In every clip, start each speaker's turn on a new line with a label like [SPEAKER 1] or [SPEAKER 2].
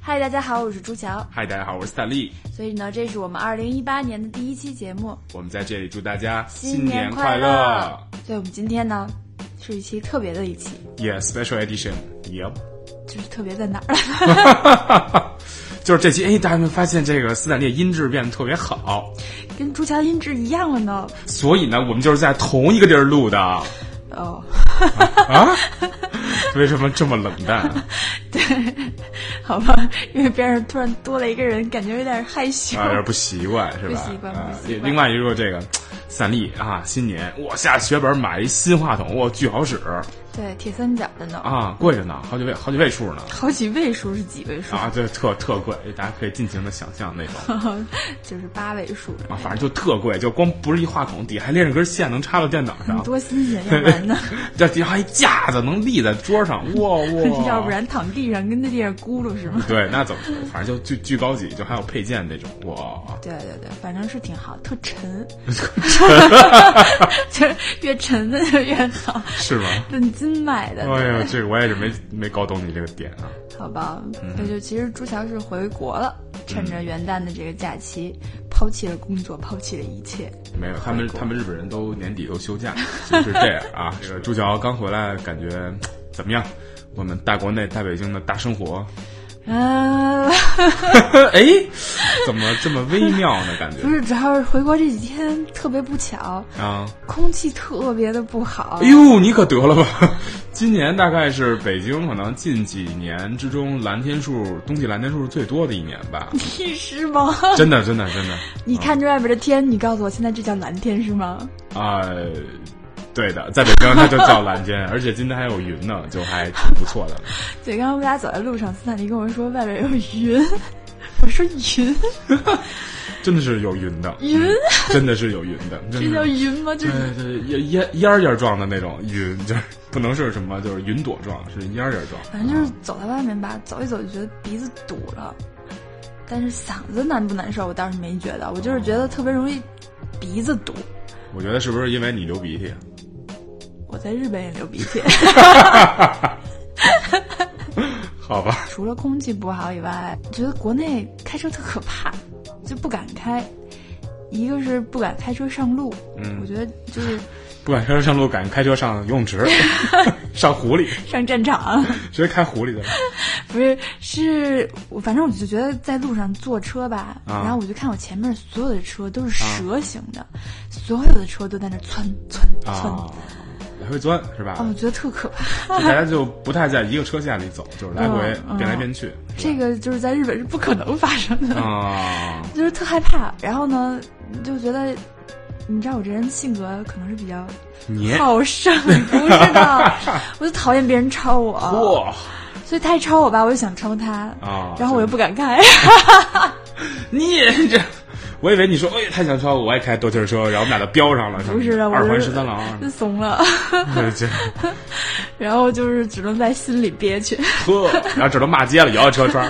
[SPEAKER 1] 嗨，大家好，我是朱乔。
[SPEAKER 2] 嗨，大家好，我是斯坦利。
[SPEAKER 1] 所以呢，这是我们二零一八年的第一期节目，
[SPEAKER 2] 我们在这里祝大家
[SPEAKER 1] 新
[SPEAKER 2] 年
[SPEAKER 1] 快
[SPEAKER 2] 乐
[SPEAKER 1] 所以我们今天呢，是一期特别的一期，
[SPEAKER 2] ！Yeah, special edition. Yep.
[SPEAKER 1] 就是特别在哪儿？
[SPEAKER 2] 就是这期，哎，大家有没有发现这个斯坦利音质变得特别好？
[SPEAKER 1] 跟朱乔的音质一样了呢。
[SPEAKER 2] 所以呢，我们就是在同一个地儿录 的啊？
[SPEAKER 1] 哦，
[SPEAKER 2] 为什么这么冷淡啊
[SPEAKER 1] 对，好吧，因为边上突然多了一个人，感觉有点害羞。
[SPEAKER 2] 啊？有点不 习惯是吧？
[SPEAKER 1] 不习惯
[SPEAKER 2] 啊
[SPEAKER 1] 不习
[SPEAKER 2] 另
[SPEAKER 1] 惯
[SPEAKER 2] 另外一个这个斯坦利啊，新年我下血本买一新话筒，哇，巨好使
[SPEAKER 1] 对，铁三角的呢，
[SPEAKER 2] 啊，贵着呢，好几位好几位数呢。
[SPEAKER 1] 好几位数是几位数？
[SPEAKER 2] 啊，这特特贵，大家可以尽情的想象那种。
[SPEAKER 1] 就是八位数，
[SPEAKER 2] 啊，反正就特贵，就光不是一话筒，底下还连着根线能插到电脑上，
[SPEAKER 1] 多新鲜，要不然呢？
[SPEAKER 2] 这底下还一架子能立在桌上，哇哇！
[SPEAKER 1] 要不然躺地上跟在地上咕噜是吗？
[SPEAKER 2] 对，那怎么说？反正就巨巨高级，就还有配件那种，哇！
[SPEAKER 1] 对对对，反正是挺好，特 沉，就是越沉的就越好。
[SPEAKER 2] 是吗？
[SPEAKER 1] 论斤买的，
[SPEAKER 2] 哎呀，这个我也是没没搞懂你这个点啊。
[SPEAKER 1] 好吧？那就其实朱乔是回国了，趁
[SPEAKER 2] 嗯
[SPEAKER 1] 着元旦的这个假期，抛弃了工作，抛弃了一切。
[SPEAKER 2] 没有，他们他们日本人都年底都休假，就是这样 啊。这个朱乔刚回来，感觉怎么样？我们大国内、大北京的大生 活，啊
[SPEAKER 1] 嗯、
[SPEAKER 2] 哎，怎么这么微妙呢？感
[SPEAKER 1] 不
[SPEAKER 2] 觉
[SPEAKER 1] 是，主要是回国这几天特别不巧，
[SPEAKER 2] 啊。
[SPEAKER 1] 空气特别的不好。
[SPEAKER 2] 哎。呦，你可得了吧！ 今年大概是北京可能近几年之中蓝天数、冬季蓝天数是最多的一年吧
[SPEAKER 1] 是吗？
[SPEAKER 2] 真的，真的，真的
[SPEAKER 1] 你看着外边的天，你告诉我，现在这叫蓝天是吗？
[SPEAKER 2] 啊、对的，在北京它就叫蓝天，而且今天还有云呢，就还挺不错 的。
[SPEAKER 1] 对，刚刚我们俩走在路上，斯坦尼跟我说外边有云， 我说云
[SPEAKER 2] 真的是有云的，
[SPEAKER 1] 云，
[SPEAKER 2] 真的是有云的，真
[SPEAKER 1] 这叫
[SPEAKER 2] 的。
[SPEAKER 1] 云吗？这
[SPEAKER 2] 嗯对
[SPEAKER 1] 是
[SPEAKER 2] 对，烟烟烟儿烟儿状的那种云，就是不能是什么，就是云朵状，是烟儿烟儿啊状。
[SPEAKER 1] 反正就是走在外面吧，走一走就觉得鼻子堵了，但是嗓子难不难受，我倒是没觉得，我就是觉得特别容易鼻子堵。
[SPEAKER 2] 我觉得是不是因为你流鼻涕？啊
[SPEAKER 1] 我在日本也流鼻涕，
[SPEAKER 2] 好吧。
[SPEAKER 1] 除了空气不好以外，我觉得国内开车特可怕，就不敢开。一个是不敢开车上路，
[SPEAKER 2] 嗯
[SPEAKER 1] 我觉得就是
[SPEAKER 2] 不敢开车上路，敢开车上游 泳池，上湖里，
[SPEAKER 1] 上战场，
[SPEAKER 2] 直接开湖里 的。
[SPEAKER 1] 不是是我，反正我就觉得在路上坐车吧，
[SPEAKER 2] 啊
[SPEAKER 1] 然后我就看我前面所有的车都是蛇形的，所有的车都在那窜窜窜，
[SPEAKER 2] 啊，来回钻是吧？
[SPEAKER 1] 啊，我觉得特可怕。
[SPEAKER 2] 就大家就不太在一个车线里走，就是来回
[SPEAKER 1] 嗯嗯
[SPEAKER 2] 变来变去。
[SPEAKER 1] 这个就是在日本是不可能发生的，
[SPEAKER 2] 啊，
[SPEAKER 1] 就是特害怕。然后呢，就觉得，你知道我这人性格可能是比较
[SPEAKER 2] 你
[SPEAKER 1] 好胜， 不是的，我就讨厌别人超 我，
[SPEAKER 2] 哇
[SPEAKER 1] 所以他一超我吧，我就想超他，
[SPEAKER 2] 啊！
[SPEAKER 1] 然后我又不敢开。
[SPEAKER 2] 你这，我以为你说哎太想超我，我也开斗气儿车，然后我们俩就飙上了，
[SPEAKER 1] 不是啊的，我
[SPEAKER 2] 二环
[SPEAKER 1] 就
[SPEAKER 2] 十三郎。
[SPEAKER 1] 就怂了，
[SPEAKER 2] 对这
[SPEAKER 1] 然后就是只能在心里憋屈，
[SPEAKER 2] 呵，然后只能骂街了，摇摇车窗，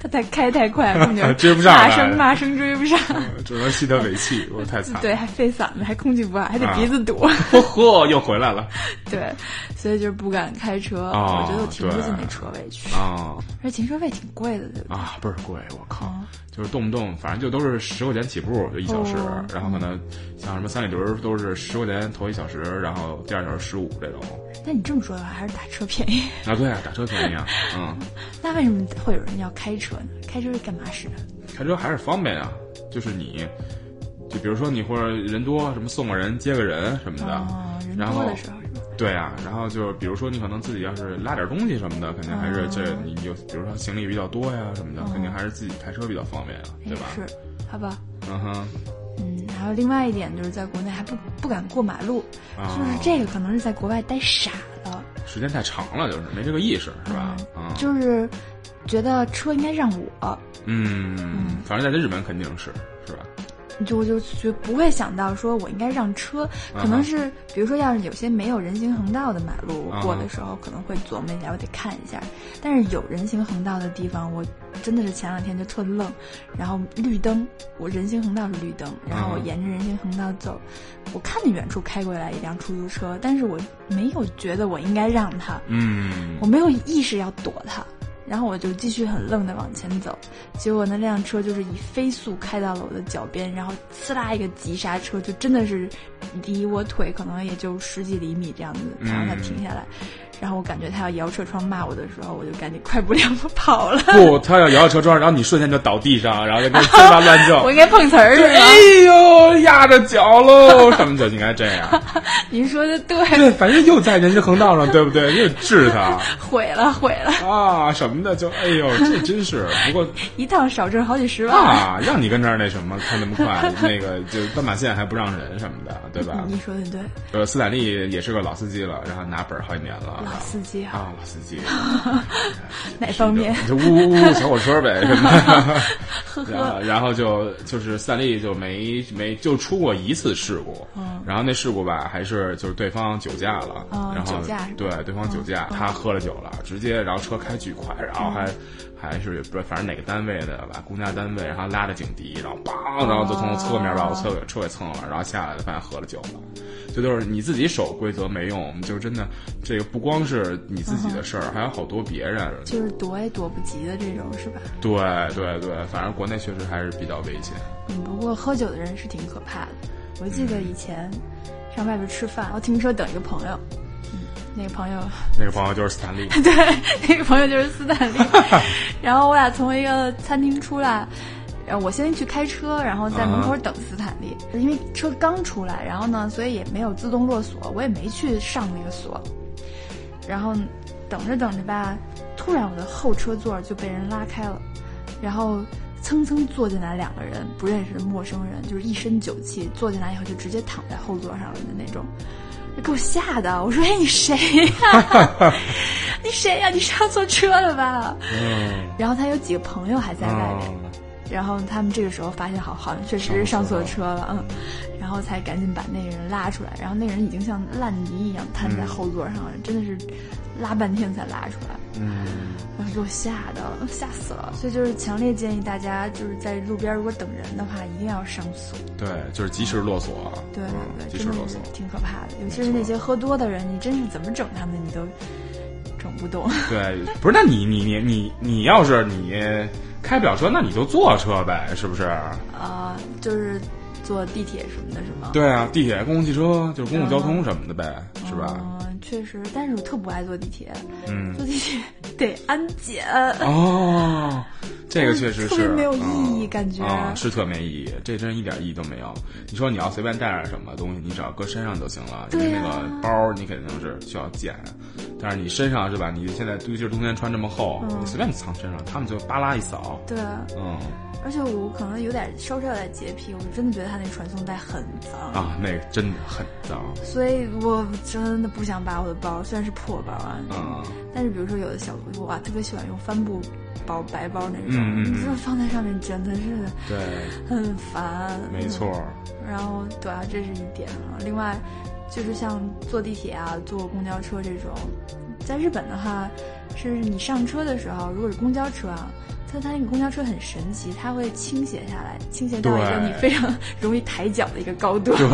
[SPEAKER 1] 他太开太快，不牛
[SPEAKER 2] 追不上
[SPEAKER 1] 骂
[SPEAKER 2] 了
[SPEAKER 1] 声骂声追不上，
[SPEAKER 2] 只能吸他尾气，我太惨。
[SPEAKER 1] 对，，还费嗓子，还空气不好，还得
[SPEAKER 2] 啊
[SPEAKER 1] 鼻子堵。
[SPEAKER 2] 嚯，又回来了
[SPEAKER 1] 对，所以就是不敢开车，
[SPEAKER 2] 哦
[SPEAKER 1] 我觉得我停不进那
[SPEAKER 2] 对
[SPEAKER 1] 车位去，
[SPEAKER 2] 啊！
[SPEAKER 1] 而且停车位挺贵的，对吧？
[SPEAKER 2] 啊，倍儿贵！我靠，就是动不动，反正就都是十块钱起步，就一小时。
[SPEAKER 1] 哦
[SPEAKER 2] 然后可能像什么三里屯儿都是十块钱头一小时，然后第二小时十五这种。
[SPEAKER 1] 那你这么说的话，还是打车便宜。
[SPEAKER 2] 啊，对啊，打车便宜啊，嗯，
[SPEAKER 1] 那为什么会有人要开车呢？开车是干嘛使的？
[SPEAKER 2] 开车还是方便啊。就是你，就比如说你或者人多，什么送个人、接个人什么的。
[SPEAKER 1] 哦，人
[SPEAKER 2] 然
[SPEAKER 1] 多
[SPEAKER 2] 后
[SPEAKER 1] 的时候是吧？
[SPEAKER 2] 对啊，然后就是比如说你可能自己要是拉点东西什么的，肯定还是
[SPEAKER 1] 哦
[SPEAKER 2] 这你就比如说行李比较多呀什么的，肯定还是自己开车比较方便啊，
[SPEAKER 1] 哎
[SPEAKER 2] 对吧？
[SPEAKER 1] 是，好吧。
[SPEAKER 2] 嗯哼，
[SPEAKER 1] 嗯，还有另外一点就是，在国内还不不敢过马路，
[SPEAKER 2] 啊
[SPEAKER 1] 就是这个可能是在国外待傻了，
[SPEAKER 2] 时间太长了，就是没这个意识，是吧？嗯，
[SPEAKER 1] 就是觉得车应该让我，
[SPEAKER 2] 嗯，反正在这日本肯定是，是吧？
[SPEAKER 1] 就我就觉不会想到说我应该让车，可能是、比如说要是有些没有人行横道的马路，我过
[SPEAKER 2] 啊哈
[SPEAKER 1] 的时候可能会琢磨一下，我得看一下。但是有人行横道的地方，我真的是前两天就特愣，然后绿灯，我人行横道是绿灯，然后我
[SPEAKER 2] 啊哈
[SPEAKER 1] 沿着人行横道走，我看见远处开过来一辆出租车，但是我没有觉得我应该让他，
[SPEAKER 2] 嗯
[SPEAKER 1] 我没有意识要躲它，然后我就继续很愣的往前走，结果那辆车就是以飞速开到了我的脚边，然后呲啦一个急刹车，就真的是离我腿可能也就十几厘米这样子，然后它
[SPEAKER 2] 嗯
[SPEAKER 1] 停下来。然后我感觉它要摇车窗骂我的时候，我就赶紧快步两步跑了。
[SPEAKER 2] 不，他要摇摇车窗，然后你瞬间就倒地上，然后就跟叽哇乱
[SPEAKER 1] 我
[SPEAKER 2] 叫，
[SPEAKER 1] 应该碰瓷儿是吗
[SPEAKER 2] 哎？呦，压着脚喽， 他们就应该这样。
[SPEAKER 1] 您说的对，
[SPEAKER 2] 对，反正又在人行横道上，对不对？又治他
[SPEAKER 1] 毁了毁了，
[SPEAKER 2] 啊什么的，就哎呦，这真是。不过
[SPEAKER 1] 一趟少挣好几十万。
[SPEAKER 2] 啊，让你跟这儿那什么开那么快，那个就斑马线还不让人什么的，对吧？
[SPEAKER 1] 你说的对，
[SPEAKER 2] 呃，斯坦利也是个老司机了，然后拿本儿好几年了，
[SPEAKER 1] 老
[SPEAKER 2] 然后
[SPEAKER 1] 司机啊，
[SPEAKER 2] 啊，老司机，
[SPEAKER 1] 哪方面？
[SPEAKER 2] 就呜呜呜小火车呗什么的。
[SPEAKER 1] 呵
[SPEAKER 2] 然
[SPEAKER 1] 呵，
[SPEAKER 2] 后然后就就是斯坦利就没没就出过一次事故，
[SPEAKER 1] 嗯
[SPEAKER 2] 然后那事故吧还是就是对方酒驾了，
[SPEAKER 1] 哦
[SPEAKER 2] 然后
[SPEAKER 1] 酒驾是吧
[SPEAKER 2] 对对方酒驾，
[SPEAKER 1] 嗯
[SPEAKER 2] 他喝了酒了，直接然后车开巨快，然后还、还是不是反正哪个单位的吧，公家单位，然后拉着警笛，然后梆，然后就
[SPEAKER 1] 哦
[SPEAKER 2] 从侧面把我车给车给蹭了，然后下来了发现喝了酒了。这就是你自己守规则没用，就是真的，这个不光是你自
[SPEAKER 1] 嗯
[SPEAKER 2] 己的事儿，还有好多别人。
[SPEAKER 1] 就是躲也躲不及的这种是吧？
[SPEAKER 2] 对对对，反正国内确实还是比较危险。
[SPEAKER 1] 嗯，不过喝酒的人是挺可怕的。我记得以前上外边吃饭，我停车等一个朋友，嗯，那个朋友，
[SPEAKER 2] 那个朋友就是斯坦利，
[SPEAKER 1] 对，那个朋友就是斯坦利。然后我俩从一个餐厅出来，然后我先去开车，然后在门口等斯坦利，因为车刚出来，然后呢，所以也没有自动落锁，我也没去上那个锁。然后等着等着吧，突然我的后车座就被人拉开了，然后蹭蹭坐进来两个人，不认识的陌生人，就是一身酒气，坐进来以后就直接躺在后座上了的那种。给我吓的！我说：“哎，你谁呀、 你谁呀、你上错车了吧
[SPEAKER 2] 嗯，？”
[SPEAKER 1] 然后他有几个朋友还在外
[SPEAKER 2] 哦
[SPEAKER 1] 面，然后他们这个时候发现好，好像确实是上错车了，嗯，然后才赶紧把那个人拉出来，然后那个人已经像烂泥一样瘫在后座上了，真的是拉半天才拉出来，
[SPEAKER 2] 嗯，
[SPEAKER 1] 然后给我吓的，吓死了。所以就是强烈建议大家，就是在路边如果等人的话，一定要上锁，
[SPEAKER 2] 对，就是及时落锁，
[SPEAKER 1] 对
[SPEAKER 2] 嗯
[SPEAKER 1] 对
[SPEAKER 2] 及
[SPEAKER 1] 对，
[SPEAKER 2] 时
[SPEAKER 1] 真
[SPEAKER 2] 落
[SPEAKER 1] 的是
[SPEAKER 2] 锁，
[SPEAKER 1] 挺可怕的，尤其是
[SPEAKER 2] 没错
[SPEAKER 1] 那些喝多的人，你真是怎么整他们，你都整不动。
[SPEAKER 2] 对，不是，那你你你你你要是你开不了车，那你就坐车呗，是不是？
[SPEAKER 1] 啊、就是坐地铁什么的，是吗？
[SPEAKER 2] 对啊，地铁、公共汽车就是公共交通
[SPEAKER 1] 啊
[SPEAKER 2] 什么的呗，是吧？
[SPEAKER 1] 嗯，确实，但是我特不爱坐地铁，
[SPEAKER 2] 嗯，
[SPEAKER 1] 坐地铁 得安检。
[SPEAKER 2] 哦，这个确实
[SPEAKER 1] 特别
[SPEAKER 2] 是
[SPEAKER 1] 没有意义
[SPEAKER 2] 嗯
[SPEAKER 1] 感觉
[SPEAKER 2] 啊，是特没意义，这真一点意义都没有。你说你要随便带点什么东西，你只要搁身上就行了，因为
[SPEAKER 1] 对
[SPEAKER 2] 那
[SPEAKER 1] 啊
[SPEAKER 2] 个包你肯定是需要捡，但是你身上是吧？你现在尤其是冬天穿这么厚，
[SPEAKER 1] 嗯
[SPEAKER 2] 你随便你藏身上，他们就扒拉一扫，
[SPEAKER 1] 对，
[SPEAKER 2] 嗯
[SPEAKER 1] 而且我可能有点稍稍有点洁癖，我真的觉得他那传送带很脏，
[SPEAKER 2] 啊，那个真的很脏
[SPEAKER 1] 所以我真的不想把我的包，虽然是破包啊，
[SPEAKER 2] 啊。
[SPEAKER 1] 但是比如说有的小东西，我啊特别喜欢用帆布包、白包那种，
[SPEAKER 2] 嗯嗯嗯
[SPEAKER 1] 你说放在上面真的是
[SPEAKER 2] 对，
[SPEAKER 1] 很烦。
[SPEAKER 2] 没错儿，
[SPEAKER 1] 然后对啊，这是一点啊。另外，就是像坐地铁啊、坐公交车这种，在日本的话，是你上车的时候，如果是公交车啊，它它那个公交车很神奇，它会倾斜下来，倾斜到一个
[SPEAKER 2] 对
[SPEAKER 1] 你非常容易抬脚的一个高度。
[SPEAKER 2] 对，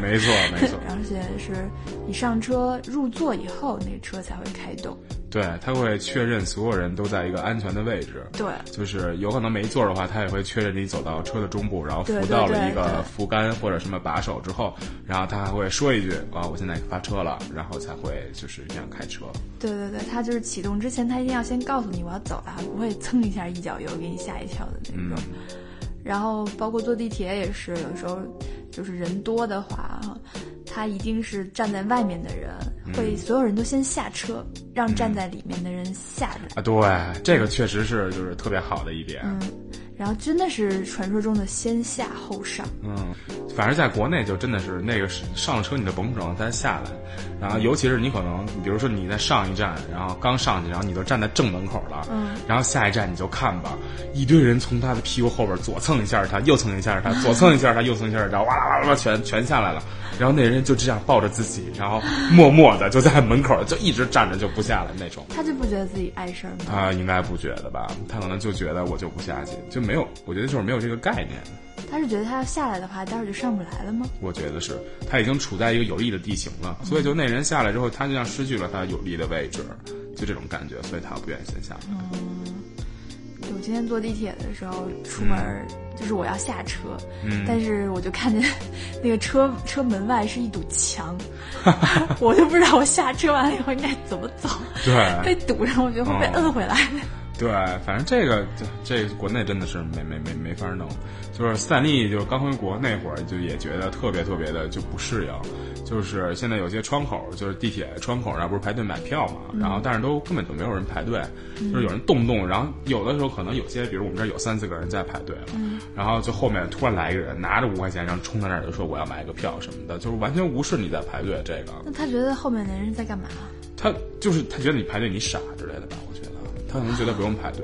[SPEAKER 2] 没错儿没错儿。
[SPEAKER 1] 而且是你上车入座以后，那个车才会开动。
[SPEAKER 2] 对，他会确认所有人都在一个安全的位置。
[SPEAKER 1] 对，
[SPEAKER 2] 就是有可能没座儿的话，他也会确认你走到车的中部，然后
[SPEAKER 1] 对
[SPEAKER 2] 扶
[SPEAKER 1] 对
[SPEAKER 2] 到
[SPEAKER 1] 对
[SPEAKER 2] 了一个
[SPEAKER 1] 对
[SPEAKER 2] 扶杆或者什么把手之后，然后他还会说一句啊，我现在发车了，然后才会就是这样开车。
[SPEAKER 1] 对对对，它就是启动之前，它一定要先告诉你我要走了，啊不会蹭一下一脚油给你吓一跳的那种。
[SPEAKER 2] 嗯
[SPEAKER 1] 然后包括坐地铁也是，有时候就是人多的话啊，他一定是站在外面的人会所有人都先下车，让站在里面的人下来。
[SPEAKER 2] 啊，对，这个确实是就是特别好的一点。
[SPEAKER 1] 嗯，然后真的是传说中的先下后上，
[SPEAKER 2] 嗯，反正在国内就真的是那个是上了车你就甭指望再下来，然后尤其是你可能，比如说你在上一站，然后刚上去，然后你都站在正门口了，
[SPEAKER 1] 嗯，
[SPEAKER 2] 然后下一站你就看吧，一堆人从他的屁股后边左蹭一下他，右蹭一下他，左蹭一下他，右蹭一下他，然后哇啦哇啦哇全全下来了，然后那人就这样抱着自己，然后默默的就在门口就一直站着就不下来那种。
[SPEAKER 1] 他就不觉得自己碍事儿吗？
[SPEAKER 2] 啊、应该不觉得吧？他可能就觉得我就不下去，就没有，我觉得就是没有这个概念。
[SPEAKER 1] 他是觉得他要下来的话，待会儿就上不来了吗？
[SPEAKER 2] 我觉得是他已经处在一个有利的地形了，所以就那人下来之后，他就像失去了他有利的位置，就这种感觉，所以他不愿意先下来。
[SPEAKER 1] 我今天坐地铁的时候出门儿，就是我要下车，
[SPEAKER 2] 嗯
[SPEAKER 1] 但是我就看见 那个车车门外是一堵 墙，我就不知道我下车完了以后应该怎么走，被
[SPEAKER 2] 对嗯
[SPEAKER 1] 堵上，我觉得会被摁回来。
[SPEAKER 2] 对，反正这个这这个国内真的是没没没没法弄。就是斯坦利，就是刚回国那会儿，就也觉得特别特别的就不适应。就是现在有些窗口，就是地铁窗口，然后不是排队买票嘛，然后但是都根本就没有人排队，就是有人动不动，然后有的时候可能有些，比如我们这儿有三四个人在排队了，然后就后面突然来一个人拿着五块钱，然后冲到那儿就说我要买个票什么的，就是完全无视你在排队这个。
[SPEAKER 1] 那他觉得后面的人在干嘛？
[SPEAKER 2] 他就是他觉得你排队你傻之类的吧，我觉得他可能觉得不用排队。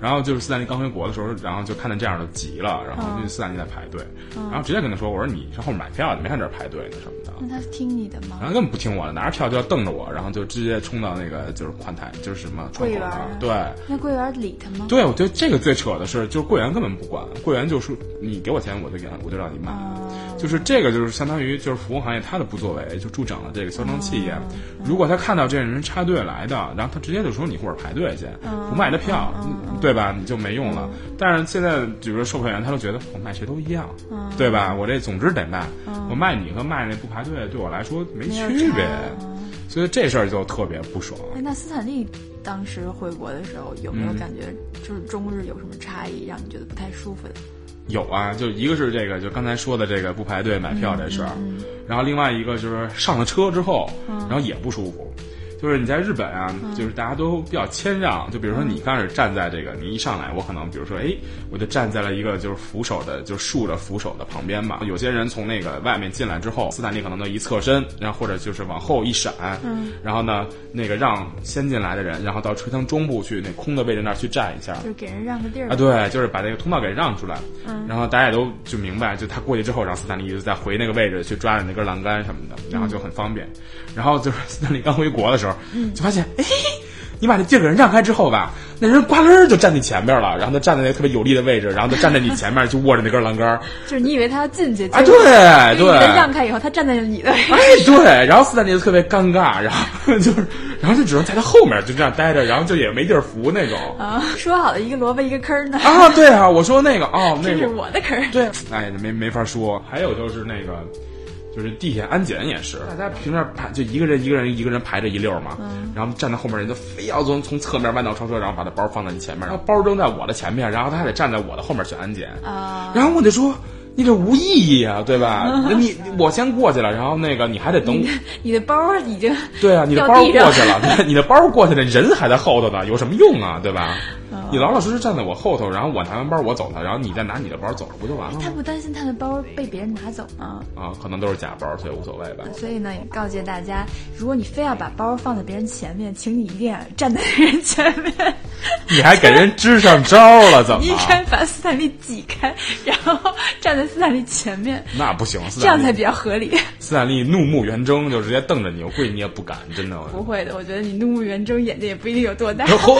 [SPEAKER 2] 然后就是斯坦利刚回国的时候，然后就看见这样的急了，然后
[SPEAKER 1] 嗯
[SPEAKER 2] 就斯坦利在排队，然后直接跟他说：“我说你上后面买票，你没看这儿排队呢什么的。
[SPEAKER 1] 那他听你的”吗
[SPEAKER 2] 然？后根本不听我的，拿着票就要瞪着我，然后就直接冲到那个就是款台，就是什么窗口
[SPEAKER 1] 柜员啊
[SPEAKER 2] 那儿对。
[SPEAKER 1] 那柜员理他吗？
[SPEAKER 2] 对，我觉得这个最扯的是，就是柜员根本不管，柜员就说你给我钱，我就给，我就让你买。
[SPEAKER 1] 啊，
[SPEAKER 2] 就是这个，就是相当于就是服务行业它的不作为，就助长了这个嚣张气
[SPEAKER 1] 哦
[SPEAKER 2] 焰。如果他看到这人插队来的，然后他直接就说你或者排队去，
[SPEAKER 1] 哦
[SPEAKER 2] 不卖这票，对吧？你就没用了。但是现在，比如说售票员，他都觉得我卖谁都一样，
[SPEAKER 1] 哦
[SPEAKER 2] 对吧？我这总之得卖，我卖你和卖那不排队对我来说没
[SPEAKER 1] 没有
[SPEAKER 2] 区
[SPEAKER 1] 差
[SPEAKER 2] 别，
[SPEAKER 1] 啊
[SPEAKER 2] 所以这事儿就特别不爽。
[SPEAKER 1] 哎，那斯坦利当时回国的时候有没有
[SPEAKER 2] 嗯
[SPEAKER 1] 感觉就是中日有什么差异，让你觉得不太舒服的？
[SPEAKER 2] 有啊，就一个是这个，就刚才说的这个不排队买票这事儿，啊然后另外一个就是上了车之后，然后也不舒服。就是你在日本啊，就是大家都比较谦让。就比如说你刚开始站在这个，你一上来，我可能比如说，哎，我就站在了一个就是扶手的，就竖着扶手的旁边嘛。有些人从那个外面进来之后，斯坦利可能就一侧身，然后或者就是往后一闪，然后呢，那个让先进来的人，然后到车厢中部去那空的位置那儿去站一下，
[SPEAKER 1] 就是给人让个地儿
[SPEAKER 2] 啊，对，就是把那个通道给让出来，
[SPEAKER 1] 嗯
[SPEAKER 2] 然后大家也都就明白，就他过去之后，然后斯坦利就再回那个位置去抓着那根栏杆什么的，然后就很方便。然后就是斯坦利刚回国的时候，
[SPEAKER 1] 嗯
[SPEAKER 2] 就发现，哎，你把那地儿给人让开之后吧，那人呱楞儿就站你前边了，然后就站在那个特别有利的位置，然后就站在你前面就握着那根栏 杆儿，
[SPEAKER 1] 就是你以为他要进去，
[SPEAKER 2] 啊，
[SPEAKER 1] 结
[SPEAKER 2] 对
[SPEAKER 1] 果
[SPEAKER 2] 对，
[SPEAKER 1] 你被让开以后，他站在你的位置
[SPEAKER 2] 哎，对，然后斯坦利就特别尴尬，然后就是，然后就只能在他后面就这样待着，然后就也没地儿扶那种。
[SPEAKER 1] 啊，说好的一个萝卜一个坑儿呢？
[SPEAKER 2] 啊，对啊，我说那个哦，那
[SPEAKER 1] 这是
[SPEAKER 2] 个
[SPEAKER 1] 我的坑儿。
[SPEAKER 2] 对，哎，没没法说。还有就是那个，就是地铁安检也是，大家平面排就一个人一个人一个人排着一溜儿嘛，
[SPEAKER 1] 嗯
[SPEAKER 2] 然后站在后面人就非要从从侧面弯道超车，然后把他包放在你前面，然后包扔在我的前面，然后他还得站在我的后面去安检，
[SPEAKER 1] 啊
[SPEAKER 2] 然后我得说。你这无意义啊，对 吧？那你我先过去了，然后那个你还得等我，
[SPEAKER 1] 你的包儿已经
[SPEAKER 2] 对啊，你的包
[SPEAKER 1] 掉地
[SPEAKER 2] 过去
[SPEAKER 1] 上
[SPEAKER 2] 了，对你的包过去了，人还在后头呢，有什么用啊，对吧？
[SPEAKER 1] 哦
[SPEAKER 2] 你老老实实站在我后头，然后我拿完包我走了，然后你再拿你的包走了，不就完了吗
[SPEAKER 1] 他？不担心他的包被别人拿走吗？
[SPEAKER 2] 啊，可能都是假包，所以无所谓吧。
[SPEAKER 1] 所以呢，也告诫大家，如果你非要把包放在别人前面，请你一定要站在人前面。
[SPEAKER 2] 你还给人支上招了，怎
[SPEAKER 1] 你应
[SPEAKER 2] 么？
[SPEAKER 1] 该把斯坦利挤开，然后站在斯坦利前面，
[SPEAKER 2] 那不行，斯
[SPEAKER 1] 这样
[SPEAKER 2] 坦
[SPEAKER 1] 才
[SPEAKER 2] 利，
[SPEAKER 1] 比较合理。
[SPEAKER 2] 斯坦利怒目圆睁，就直接瞪着你，我估计你也不敢，真的。
[SPEAKER 1] 不会的，我觉得你怒目圆睁，眼睛也不一定有多大。
[SPEAKER 2] 嚯，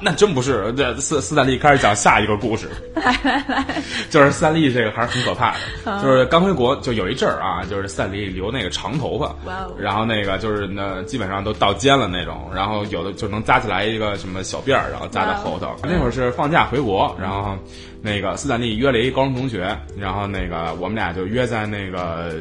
[SPEAKER 2] 那真不是。这斯斯坦利开始讲下一个故事，来来嗯来，就是斯坦利这个还是很可怕的，就是刚回国就有一阵儿啊，就是斯坦利留那个长头发，
[SPEAKER 1] 哇哦
[SPEAKER 2] 然后那个就是那基本上都到肩了那种，然后有的就能扎起来一个什么小辫儿，然后扎在后头。那会儿是放假回国，然后那个斯坦利约了一高中同学，然后那个我们俩就约在那个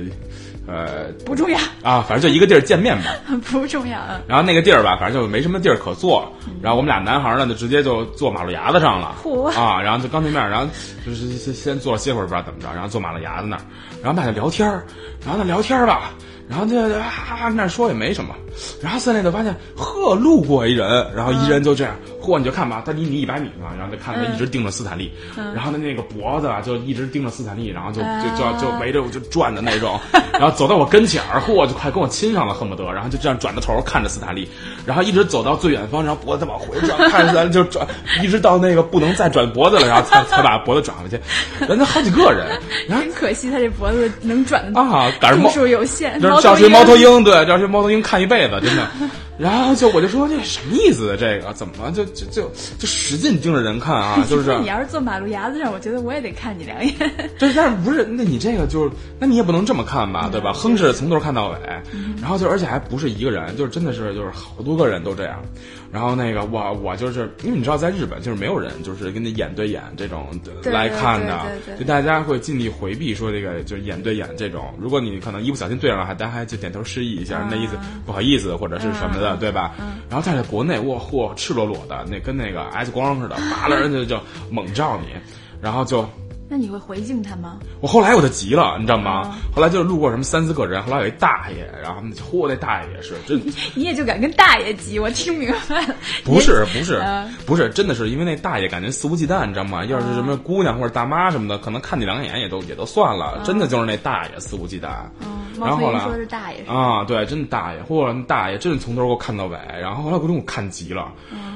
[SPEAKER 2] 呃
[SPEAKER 1] 不重要，
[SPEAKER 2] 啊，反正就一个地儿见面吧。
[SPEAKER 1] 不重要啊。
[SPEAKER 2] 然后那个地儿吧，反正就没什么地儿可坐。然后我们俩男孩儿呢，就直接就坐马路牙子上了
[SPEAKER 1] 嚯
[SPEAKER 2] 啊。然后就刚对面，然后就是先先坐了歇会儿，不知道怎么着，然后坐马路牙子那儿。然后我们俩就聊天儿，然后呢聊天儿吧，然后就啊那说也没什么，然后森里就发现呵路过一人，然后一人就这样，嚯你就看吧，他离你一百米嘛，然后就看他一直盯着斯坦利，然后他那个脖子啊就一直盯着斯坦利，然后就就就要就围着我就转的那种，然后走到我跟前儿，嚯就快跟我亲上了，恨不得，然后就这样转着头看着斯坦利，然后一直走到最远方，然后脖子往回转，看着斯坦利就转，一直到那个不能再转脖子了，然后才才把脖子转回去，人家好几个人，然后
[SPEAKER 1] 真可惜，他这脖子能转的
[SPEAKER 2] 啊，赶上
[SPEAKER 1] 度
[SPEAKER 2] 猫，
[SPEAKER 1] 数有限。
[SPEAKER 2] 就是教 训猫头鹰，对，教训猫头鹰看一辈子，真的。然后就我就说这什么意思啊？这个怎么就就就就使劲盯着人 看 啊？就是
[SPEAKER 1] 那你要是坐马路牙子上，我觉得我也得看你两 眼。
[SPEAKER 2] 这但是不是？那你这个就是，那你也不能这么看吧，
[SPEAKER 1] 嗯
[SPEAKER 2] 对吧？哼是从头看到尾，然后就而且还不是一个人，就是真的是就是好多个人都这样。然后那个我我就是因为你知道，在日本就是没有人就是跟你眼对眼这种呃
[SPEAKER 1] 对
[SPEAKER 2] 来看的
[SPEAKER 1] 对对对，对
[SPEAKER 2] 就大家会尽力回避说这个就是眼对眼这种。如果你可能一不小心对上了，还大家还就点头示意一下，那意思
[SPEAKER 1] 啊
[SPEAKER 2] 不好意思或者是什么的，对吧？然后但是国内哇嚯赤裸裸的，那跟那个 X 光似 的，扒拉人家就猛照你，然后就。
[SPEAKER 1] 那你会回敬他吗？
[SPEAKER 2] 我后来我就急了，你知道吗？后来就路过什么三四个人，后来有一大爷，然后他们就嚯，那大爷也是真
[SPEAKER 1] 你也就敢跟大爷急，我听明白了。
[SPEAKER 2] 不 是不是
[SPEAKER 1] 嗯
[SPEAKER 2] 不是，真的是因为那大爷感觉肆无忌惮，你知道吗？要是什么姑娘或者大妈什么的，可能看你两眼也都也都算了，真的就是那大爷肆无忌惮。
[SPEAKER 1] 你，
[SPEAKER 2] 然
[SPEAKER 1] 嗯猫
[SPEAKER 2] 后后
[SPEAKER 1] 头鹰
[SPEAKER 2] 来
[SPEAKER 1] 说的是大爷是吧？
[SPEAKER 2] 啊，对，真的大爷，嚯，那大爷真是从头给我看到尾，然后后来我给我看急了，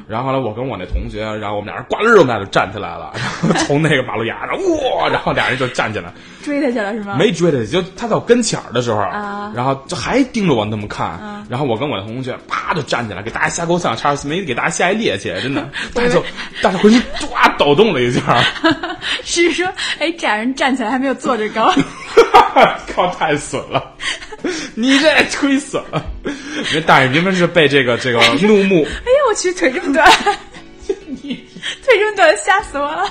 [SPEAKER 2] 然后后来我跟我那同学，然后我们俩人呱溜儿，我们俩就站起来了，然后从那个马路牙上，哇，然后俩人就站起来。
[SPEAKER 1] 追他去了是吗？
[SPEAKER 2] 没追着，就他到跟前儿的时候，
[SPEAKER 1] 嗯啊
[SPEAKER 2] 然后就还盯着我那么看，然后我跟我的同学啪就站起来，给大家吓够呛，差点没给大家吓一趔趄，真的，大家就大家浑身抓抖动了一下，
[SPEAKER 1] 是说，哎，这俩人站起来还没有坐着高。
[SPEAKER 2] 靠，太损了，你这忒损了，人大爷明明是被这个这个怒目，
[SPEAKER 1] 哎呀，我去，腿这么 短，腿这么短，吓死我了！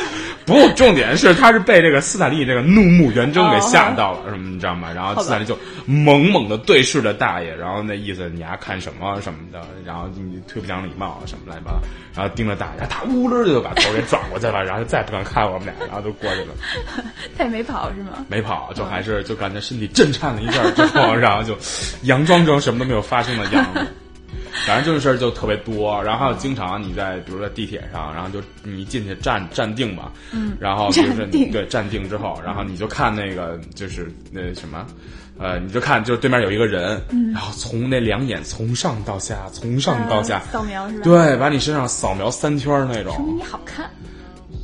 [SPEAKER 2] 不，重点是他是被这个斯坦利这个怒目圆睁给吓到了，什么你知道吗？然后斯坦利就猛猛的对视着大爷，然后那意思你还看什么什么的，然后你忒不讲礼貌什么来吧，然后盯着大爷，他呜噜就把头给转过去了，然后再不敢看我们俩，然后就过去了，
[SPEAKER 1] 他也没跑是吗？
[SPEAKER 2] 没跑，就还是就感觉身体震颤了一下之 后，然后就佯装成什么都没有发生的样子。反正这种事儿就特别多，然后经常你在比如说在地铁上，然后就你进去站站定嘛，嗯，然后就是
[SPEAKER 1] 站
[SPEAKER 2] 你
[SPEAKER 1] 定
[SPEAKER 2] 对站定之后，然后你就看那个就是那什么。呃，你就看，就是对面有一个人，
[SPEAKER 1] 嗯
[SPEAKER 2] 然后从那两眼从上到下，从上到下，
[SPEAKER 1] 啊扫描是吧？，
[SPEAKER 2] 对，把你身上扫描三圈儿那
[SPEAKER 1] 说明
[SPEAKER 2] 种，
[SPEAKER 1] 你好看。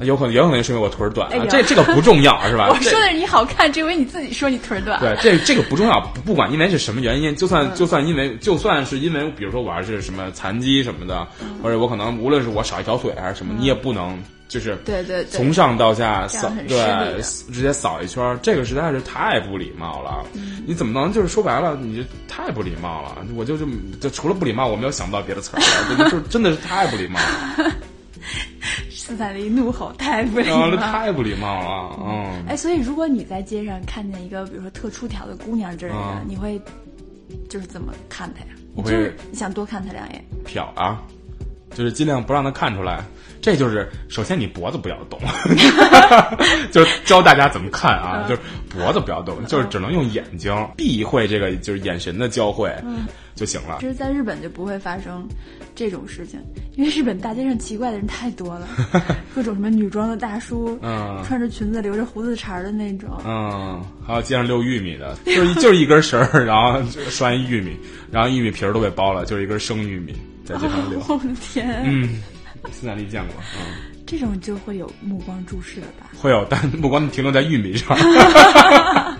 [SPEAKER 2] 有可能，也有可能是因为我腿儿短
[SPEAKER 1] 哎
[SPEAKER 2] 啊
[SPEAKER 1] 呦，
[SPEAKER 2] 这这个不重要是吧？
[SPEAKER 1] 我
[SPEAKER 2] 这
[SPEAKER 1] 说的是你好看，这回你自己说你腿儿短。
[SPEAKER 2] 啊对，这这个不重要，不不管因为是什么原因，就
[SPEAKER 1] 嗯
[SPEAKER 2] 算就算因为就算是因为，比如说我要是什么残疾什么的，
[SPEAKER 1] 嗯
[SPEAKER 2] 或者我可能无论是我少一条腿还是什么，你也不能就是
[SPEAKER 1] 对对对
[SPEAKER 2] 从上到下扫
[SPEAKER 1] 很失
[SPEAKER 2] 对
[SPEAKER 1] 礼的
[SPEAKER 2] 直接扫一圈儿，这个实在是太不礼貌了。
[SPEAKER 1] 嗯
[SPEAKER 2] 你怎么能就是说白了，你这太不礼貌了？我就就就除了不礼貌，我没有想不到别的词儿了， 就就真的是太不礼貌 了，
[SPEAKER 1] 斯坦利怒吼，太不礼
[SPEAKER 2] 然后
[SPEAKER 1] 貌
[SPEAKER 2] 这
[SPEAKER 1] 了。
[SPEAKER 2] 太不礼貌了，嗯。
[SPEAKER 1] 哎，所以如果你在街上看见一个，比如说特出挑的姑娘之类的，
[SPEAKER 2] 嗯
[SPEAKER 1] 你会就是怎么看她呀？
[SPEAKER 2] 我
[SPEAKER 1] 你
[SPEAKER 2] 会
[SPEAKER 1] 就是想多看她两眼。
[SPEAKER 2] 瞟啊，就是尽量不让他看出来。这就是首先你脖子不要动，就是教大家怎么看啊，就是脖子不要动，就是只能用眼睛避讳这个就是眼神的交汇就行了
[SPEAKER 1] 其。实，在日本就不会发生这种事情，因为日本大街上奇怪的人太多 了，各种什么女装的大叔，
[SPEAKER 2] 嗯
[SPEAKER 1] 穿着裙子留着胡子茬儿的那种，
[SPEAKER 2] 嗯，还有街上溜玉米的，就是一就是一根绳儿，然后就拴一玉米，然后玉米皮儿都被剥了，就是一根生玉米在街 上溜。
[SPEAKER 1] 我的哦天，啊
[SPEAKER 2] 嗯，斯坦利见过，嗯，
[SPEAKER 1] 这种就会有目光注视了吧？
[SPEAKER 2] 会有，但目光停留在玉米上。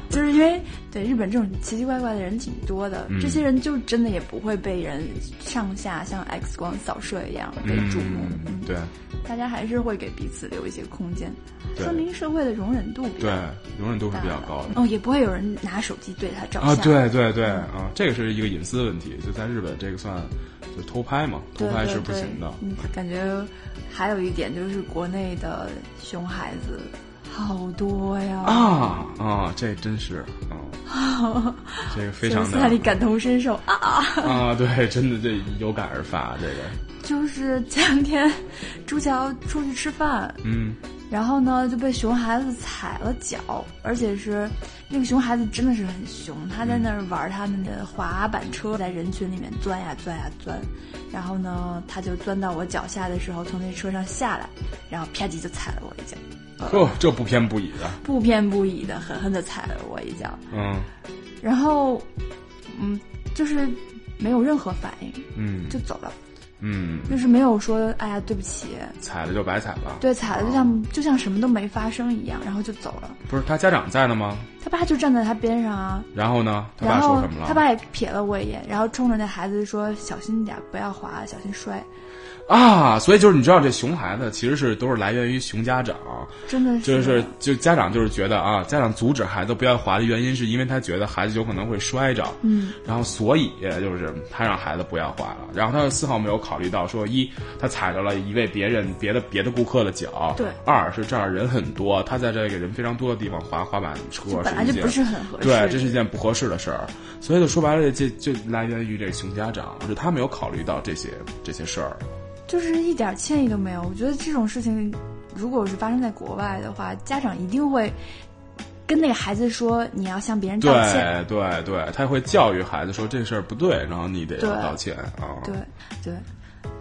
[SPEAKER 1] 就是因为对日本这种奇奇怪怪的人挺多的，
[SPEAKER 2] 嗯
[SPEAKER 1] 这些人就真的也不会被人上下像 X 光扫射一样被注目，
[SPEAKER 2] 嗯，对。
[SPEAKER 1] 大家还是会给彼此留一些空间，
[SPEAKER 2] 对
[SPEAKER 1] 说明社会的容忍度比较
[SPEAKER 2] 对，容忍度是
[SPEAKER 1] 大
[SPEAKER 2] 比较高的。
[SPEAKER 1] 哦，也不会有人拿手机对他照相
[SPEAKER 2] 啊，对
[SPEAKER 1] 嗯
[SPEAKER 2] 对对啊，这个是一个隐私问题，就在日本这个算就是偷拍嘛，偷
[SPEAKER 1] 对
[SPEAKER 2] 拍
[SPEAKER 1] 对
[SPEAKER 2] 是不
[SPEAKER 1] 对
[SPEAKER 2] 行的。
[SPEAKER 1] 嗯，感觉还有一点就是国内的熊孩子好多呀，
[SPEAKER 2] 啊啊，这真是啊，这个非
[SPEAKER 1] 就是
[SPEAKER 2] 常
[SPEAKER 1] 斯
[SPEAKER 2] 的
[SPEAKER 1] 坦利感同身受啊啊！
[SPEAKER 2] 啊，对，真的这有感而发，这个
[SPEAKER 1] 就是前两天朱桥出去吃饭，
[SPEAKER 2] 嗯
[SPEAKER 1] 然后呢就被熊孩子踩了脚，而且是那个熊孩子真的是很凶，他在那儿玩他们的滑板车，在人群里面钻呀钻呀钻，然后呢他就钻到我脚下的时候，从那车上下来，然后啪叽就踩了我一脚，
[SPEAKER 2] 呵，哦这不偏不倚的，
[SPEAKER 1] 不偏不倚的狠狠的踩了我一脚，
[SPEAKER 2] 嗯
[SPEAKER 1] 然后嗯就是没有任何反应
[SPEAKER 2] 嗯
[SPEAKER 1] 就走了，
[SPEAKER 2] 嗯，
[SPEAKER 1] 就是没有说哎呀对不起，
[SPEAKER 2] 踩了就白踩了。
[SPEAKER 1] 对踩了就像就像什么都没发生一样，然后就走了。
[SPEAKER 2] 不是他家长在呢吗？
[SPEAKER 1] 他爸就站在他边上啊，
[SPEAKER 2] 然后呢？他
[SPEAKER 1] 然
[SPEAKER 2] 爸说
[SPEAKER 1] 后
[SPEAKER 2] 什么了？
[SPEAKER 1] 他爸也瞥了我一眼，然后冲着那孩子说：“小心点儿，不要滑，小心摔。
[SPEAKER 2] 啊，所以就是你知道，这熊孩子其实是都是来源于熊家长，”
[SPEAKER 1] 真的，
[SPEAKER 2] 就是是就家长就是觉得啊，家长阻止孩子不要滑的原因，是因为他觉得孩子有可能会摔着，
[SPEAKER 1] 嗯，
[SPEAKER 2] 然后所以就是他让孩子不要滑了，然后他丝毫没有考虑到说一他踩着了一位别人别的别的顾客的脚，
[SPEAKER 1] 对
[SPEAKER 2] 二是这儿人很多，他在这个人非常多的地方滑滑板车
[SPEAKER 1] 就，本来
[SPEAKER 2] 一
[SPEAKER 1] 就
[SPEAKER 2] 件
[SPEAKER 1] 不是很合适。
[SPEAKER 2] 对，这是一件不合适的事儿，所以就说白了，这就来源于这熊家长，就他没有考虑到这些这些事儿，
[SPEAKER 1] 就是一点歉意都没有。我觉得这种事情，如果是发生在国外的话，家长一定会跟那个孩子说：“你要向别人道
[SPEAKER 2] 对
[SPEAKER 1] 歉。
[SPEAKER 2] 对对，他会教育孩子说这事儿不对，然后你得要
[SPEAKER 1] 对
[SPEAKER 2] 道歉啊。
[SPEAKER 1] 对”对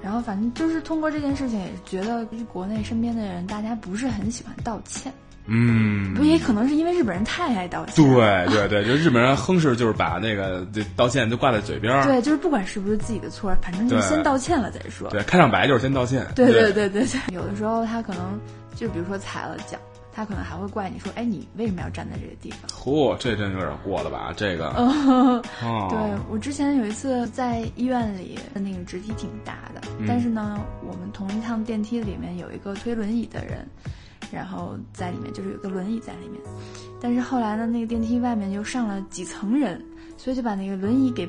[SPEAKER 1] 然后反正就是通过这件事情，也是觉得国内身边的人大家不是很喜欢道歉，
[SPEAKER 2] 嗯
[SPEAKER 1] 不、，也可能是因为日本人太爱道歉了。
[SPEAKER 2] 对对对，就日本人哼是就是把那个这道歉就挂在嘴边儿，
[SPEAKER 1] 对，就是不管是不是自己的错，反正就
[SPEAKER 2] 对
[SPEAKER 1] 先道歉了再说。
[SPEAKER 2] 对，看上白就是先道歉，
[SPEAKER 1] 对
[SPEAKER 2] 对
[SPEAKER 1] 对对对，有的时候他可能就比如说踩了脚，他可能还会怪你说，哎，你为什么要站在这个地方？
[SPEAKER 2] 嚯，这真有点过了吧？这个，哦，
[SPEAKER 1] 对我之前有一次在医院里，那个肢体挺大的，
[SPEAKER 2] 嗯
[SPEAKER 1] 但是呢，我们同一趟电梯里面有一个推轮椅的人，然后在里面就是有个轮椅在里面，但是后来呢，那个电梯外面又上了几层人，所以就把那个轮椅给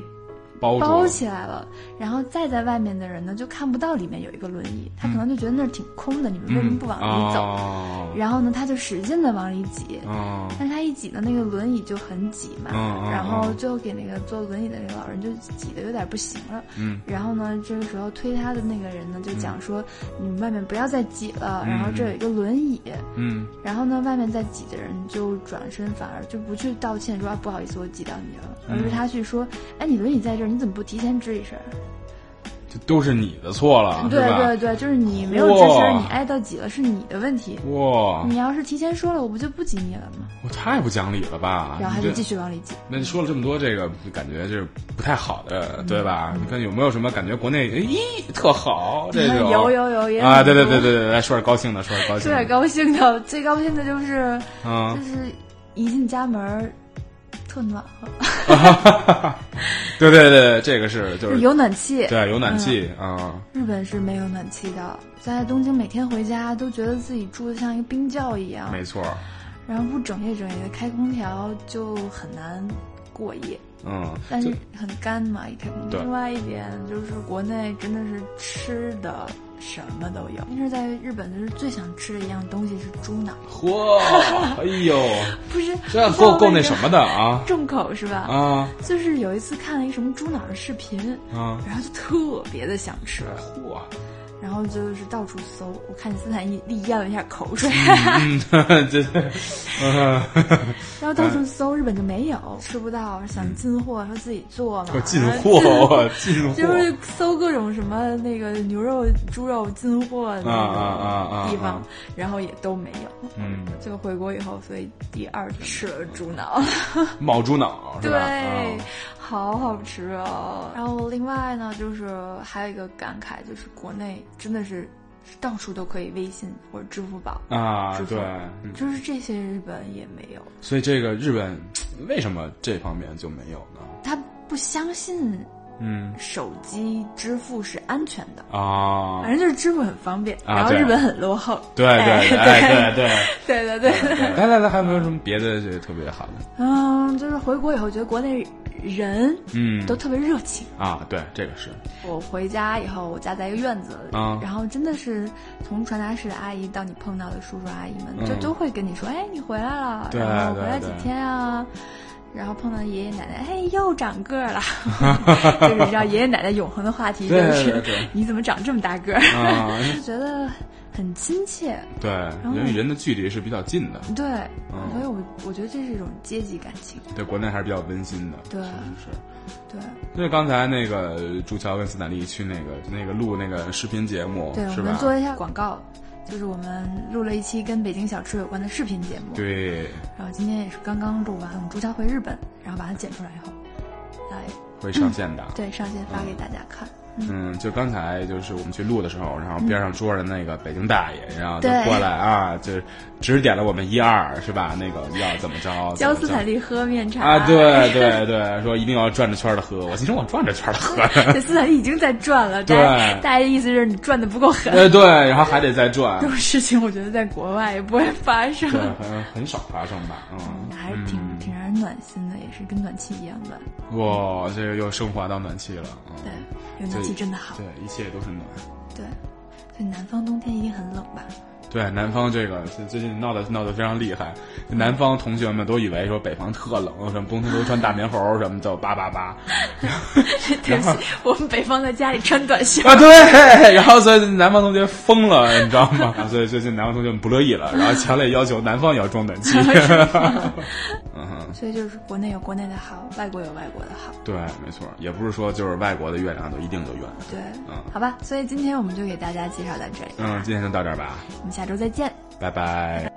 [SPEAKER 2] 包
[SPEAKER 1] 包
[SPEAKER 2] 住，
[SPEAKER 1] 起来了，然后再在外面的人呢就看不到里面有一个轮椅，他可
[SPEAKER 2] 嗯
[SPEAKER 1] 能就觉得那儿挺空的，你们为什么不往里走？
[SPEAKER 2] 哦
[SPEAKER 1] 然后呢，他就使劲的往里挤，
[SPEAKER 2] 哦，
[SPEAKER 1] 但是他一挤呢，那个轮椅就很挤嘛，
[SPEAKER 2] 嗯嗯
[SPEAKER 1] 然后最后给那个坐轮椅的那个老人就挤得有点不行了。
[SPEAKER 2] 嗯
[SPEAKER 1] 然后呢，这个时候推他的那个人呢就讲说，你们外面不要再挤了，
[SPEAKER 2] 嗯
[SPEAKER 1] 然后这有一个轮椅。
[SPEAKER 2] 嗯
[SPEAKER 1] 然后呢，外面在挤的人就转身，反而就不去道歉说啊不好意思，我挤到你了，
[SPEAKER 2] 嗯
[SPEAKER 1] 而是他去说，哎，你轮椅在这儿，你怎么不提前吱一声？
[SPEAKER 2] 这都是你的错了，
[SPEAKER 1] 对
[SPEAKER 2] 是啊吧？
[SPEAKER 1] 对对，就是你没有吱
[SPEAKER 2] 哇
[SPEAKER 1] 声，你挨到挤了是你的问题。
[SPEAKER 2] 哇，
[SPEAKER 1] 你要是提前说了，我不就不挤你了吗？
[SPEAKER 2] 我太不讲理了吧！
[SPEAKER 1] 然后他
[SPEAKER 2] 你
[SPEAKER 1] 就
[SPEAKER 2] 这
[SPEAKER 1] 继续往里挤。
[SPEAKER 2] 那你说了这么多，这个感觉就是不太好的，对吧？你看有没有什么感觉国内哎咦特好这 种？
[SPEAKER 1] 有有有也
[SPEAKER 2] 啊！
[SPEAKER 1] 很
[SPEAKER 2] 对对对
[SPEAKER 1] 多，
[SPEAKER 2] 对对，来说点高兴的，说点高兴
[SPEAKER 1] 最
[SPEAKER 2] 的。
[SPEAKER 1] 高兴的，最高兴的就是
[SPEAKER 2] 啊
[SPEAKER 1] 就，是一进家门儿特暖和，
[SPEAKER 2] 对对对对，这个是就
[SPEAKER 1] 就是
[SPEAKER 2] 是
[SPEAKER 1] 有嗯暖气。
[SPEAKER 2] 对有暖气啊，
[SPEAKER 1] 日本是没有暖气的，在东京每天回家都觉得自己住的像一个冰窖一样，
[SPEAKER 2] 啊没错，
[SPEAKER 1] 然后不整夜整夜的开空调就很难过夜。
[SPEAKER 2] 嗯，
[SPEAKER 1] 但是很干嘛，一开工
[SPEAKER 2] 对
[SPEAKER 1] 另外一点就是国内真的是吃的什么都有，但是在日本就是最想吃的一样东西是猪脑，
[SPEAKER 2] 嚯，哎呦，
[SPEAKER 1] 不是
[SPEAKER 2] 这
[SPEAKER 1] 你知道
[SPEAKER 2] 够够
[SPEAKER 1] 为
[SPEAKER 2] 那
[SPEAKER 1] 什
[SPEAKER 2] 什
[SPEAKER 1] 么
[SPEAKER 2] 么的啊
[SPEAKER 1] 重口是吧？
[SPEAKER 2] 啊
[SPEAKER 1] 就是有一次看了一个什么猪脑的视频，
[SPEAKER 2] 啊！
[SPEAKER 1] 然后就特别的想吃，
[SPEAKER 2] 嚯，
[SPEAKER 1] 然后就是到处搜，我看斯坦利咽了一下口水，
[SPEAKER 2] 嗯，这 嗯，
[SPEAKER 1] 然后到处搜，日本就没有，吃不到，想进货，说自己做嘛，
[SPEAKER 2] 我进货，我进 货，
[SPEAKER 1] 就是搜各种什么那个牛肉、猪肉进货的那种地
[SPEAKER 2] 啊啊啊
[SPEAKER 1] 方
[SPEAKER 2] 啊，
[SPEAKER 1] 然后也都没有。
[SPEAKER 2] 嗯，
[SPEAKER 1] 这个回国以后，所以第二天吃了猪脑，
[SPEAKER 2] 冒猪脑是
[SPEAKER 1] 对
[SPEAKER 2] 吧？啊，
[SPEAKER 1] 好好吃哦。然后另外呢，就是还有一个感慨，就是国内真的是到处都可以微信或者支付宝，
[SPEAKER 2] 啊，
[SPEAKER 1] 是
[SPEAKER 2] 对，嗯
[SPEAKER 1] 就是这些日本也没有，
[SPEAKER 2] 所以这个日本为什么这方面就没有呢？
[SPEAKER 1] 他不相信
[SPEAKER 2] 嗯
[SPEAKER 1] 手机支付是安全的。
[SPEAKER 2] 啊
[SPEAKER 1] 反，正就是支付很方便，
[SPEAKER 2] 啊
[SPEAKER 1] 然后
[SPEAKER 2] 对
[SPEAKER 1] 日本很落后。
[SPEAKER 2] 对对对
[SPEAKER 1] 哎
[SPEAKER 2] 哎对对。
[SPEAKER 1] 对对对对，
[SPEAKER 2] 来来来，还有没有什么别的这特别好的？
[SPEAKER 1] 嗯，就是回国以后，觉得国内人
[SPEAKER 2] 嗯
[SPEAKER 1] 都特别热情。
[SPEAKER 2] 啊，对，这个是
[SPEAKER 1] 我回家以后，我家在一个院子里，
[SPEAKER 2] 啊
[SPEAKER 1] 然后真的是从传达室的阿姨到你碰到的叔叔阿姨们，
[SPEAKER 2] 嗯
[SPEAKER 1] 就都会跟你说：“哎，你回来了，
[SPEAKER 2] 对
[SPEAKER 1] 然后
[SPEAKER 2] 对
[SPEAKER 1] 回来几
[SPEAKER 2] 对
[SPEAKER 1] 天啊。”然后碰到爷爷奶奶，哎，又长个儿 了， 就是你知道爷爷奶奶永恒的话题就
[SPEAKER 2] 对对
[SPEAKER 1] 是
[SPEAKER 2] 对对
[SPEAKER 1] 你怎么长这么大个儿，
[SPEAKER 2] 啊，
[SPEAKER 1] 就觉得很亲切，
[SPEAKER 2] 对，因为人的距离是比较近的，
[SPEAKER 1] 对，
[SPEAKER 2] 嗯
[SPEAKER 1] 所以我我觉得这是一种阶级感情，
[SPEAKER 2] 对国内还是比较温馨的，
[SPEAKER 1] 对
[SPEAKER 2] 是是是。
[SPEAKER 1] 对
[SPEAKER 2] 因为刚才那个朱乔跟斯坦利去那个那个录那个视频节目，
[SPEAKER 1] 对，我
[SPEAKER 2] 是
[SPEAKER 1] 们
[SPEAKER 2] 吧？
[SPEAKER 1] 做一下广告，就是我们录了一期跟北京小吃有关的视频节目，
[SPEAKER 2] 对，
[SPEAKER 1] 然后今天也是刚刚录完，我们朱桥回日本，然后把它剪出来以后，来
[SPEAKER 2] 会上线的。
[SPEAKER 1] 对上线发给大家看。
[SPEAKER 2] 嗯，就刚才就是我们去录的时候，然后边上桌上那个北京大爷，然后就
[SPEAKER 1] 对
[SPEAKER 2] 过来啊，就指点了我们一二，是吧？那个要怎么着？
[SPEAKER 1] 教斯
[SPEAKER 2] 怎么着
[SPEAKER 1] 坦利喝面茶
[SPEAKER 2] 啊，，对对对，说一定要转着圈的喝。我心说，我转着圈的喝，
[SPEAKER 1] 这斯坦利已经在转了，大家
[SPEAKER 2] 对
[SPEAKER 1] 大家的意思是你转的不够狠。
[SPEAKER 2] 呃，对，然后还得 再转
[SPEAKER 1] 这，种事情我觉得在国外也不会发生，
[SPEAKER 2] 对，很很少发生吧？嗯，
[SPEAKER 1] 还是挺、挺让人暖心的，也是跟暖气一样暖。
[SPEAKER 2] 哇，这个又升华到暖气了，嗯
[SPEAKER 1] 对，有暖气真的好。
[SPEAKER 2] 对，一切都是暖。
[SPEAKER 1] 对，所以南方冬天一定很冷 吧？
[SPEAKER 2] 对，南方这个最最近闹得闹得非常厉害，南方同学们都以为说北方特冷，什么冬天都穿大棉猴什么的，叭叭叭
[SPEAKER 1] 对不起，我们北方在家里穿短袖。
[SPEAKER 2] 啊，对， 然后所以南方同学疯了，你知道吗？ 所以最近南方同学们不乐意了，然后强烈要求南方也要装暖气。嗯哼，
[SPEAKER 1] 所以就是国内有国内的好，外国有外国的好。
[SPEAKER 2] 对，没错，也不是说就是外国的月亮就一定就圆。
[SPEAKER 1] 对，
[SPEAKER 2] 嗯
[SPEAKER 1] 好吧，所以今天我们就给大家介绍到这里，
[SPEAKER 2] 嗯，今天就到这儿吧，
[SPEAKER 1] 我们下周再见。
[SPEAKER 2] 拜拜。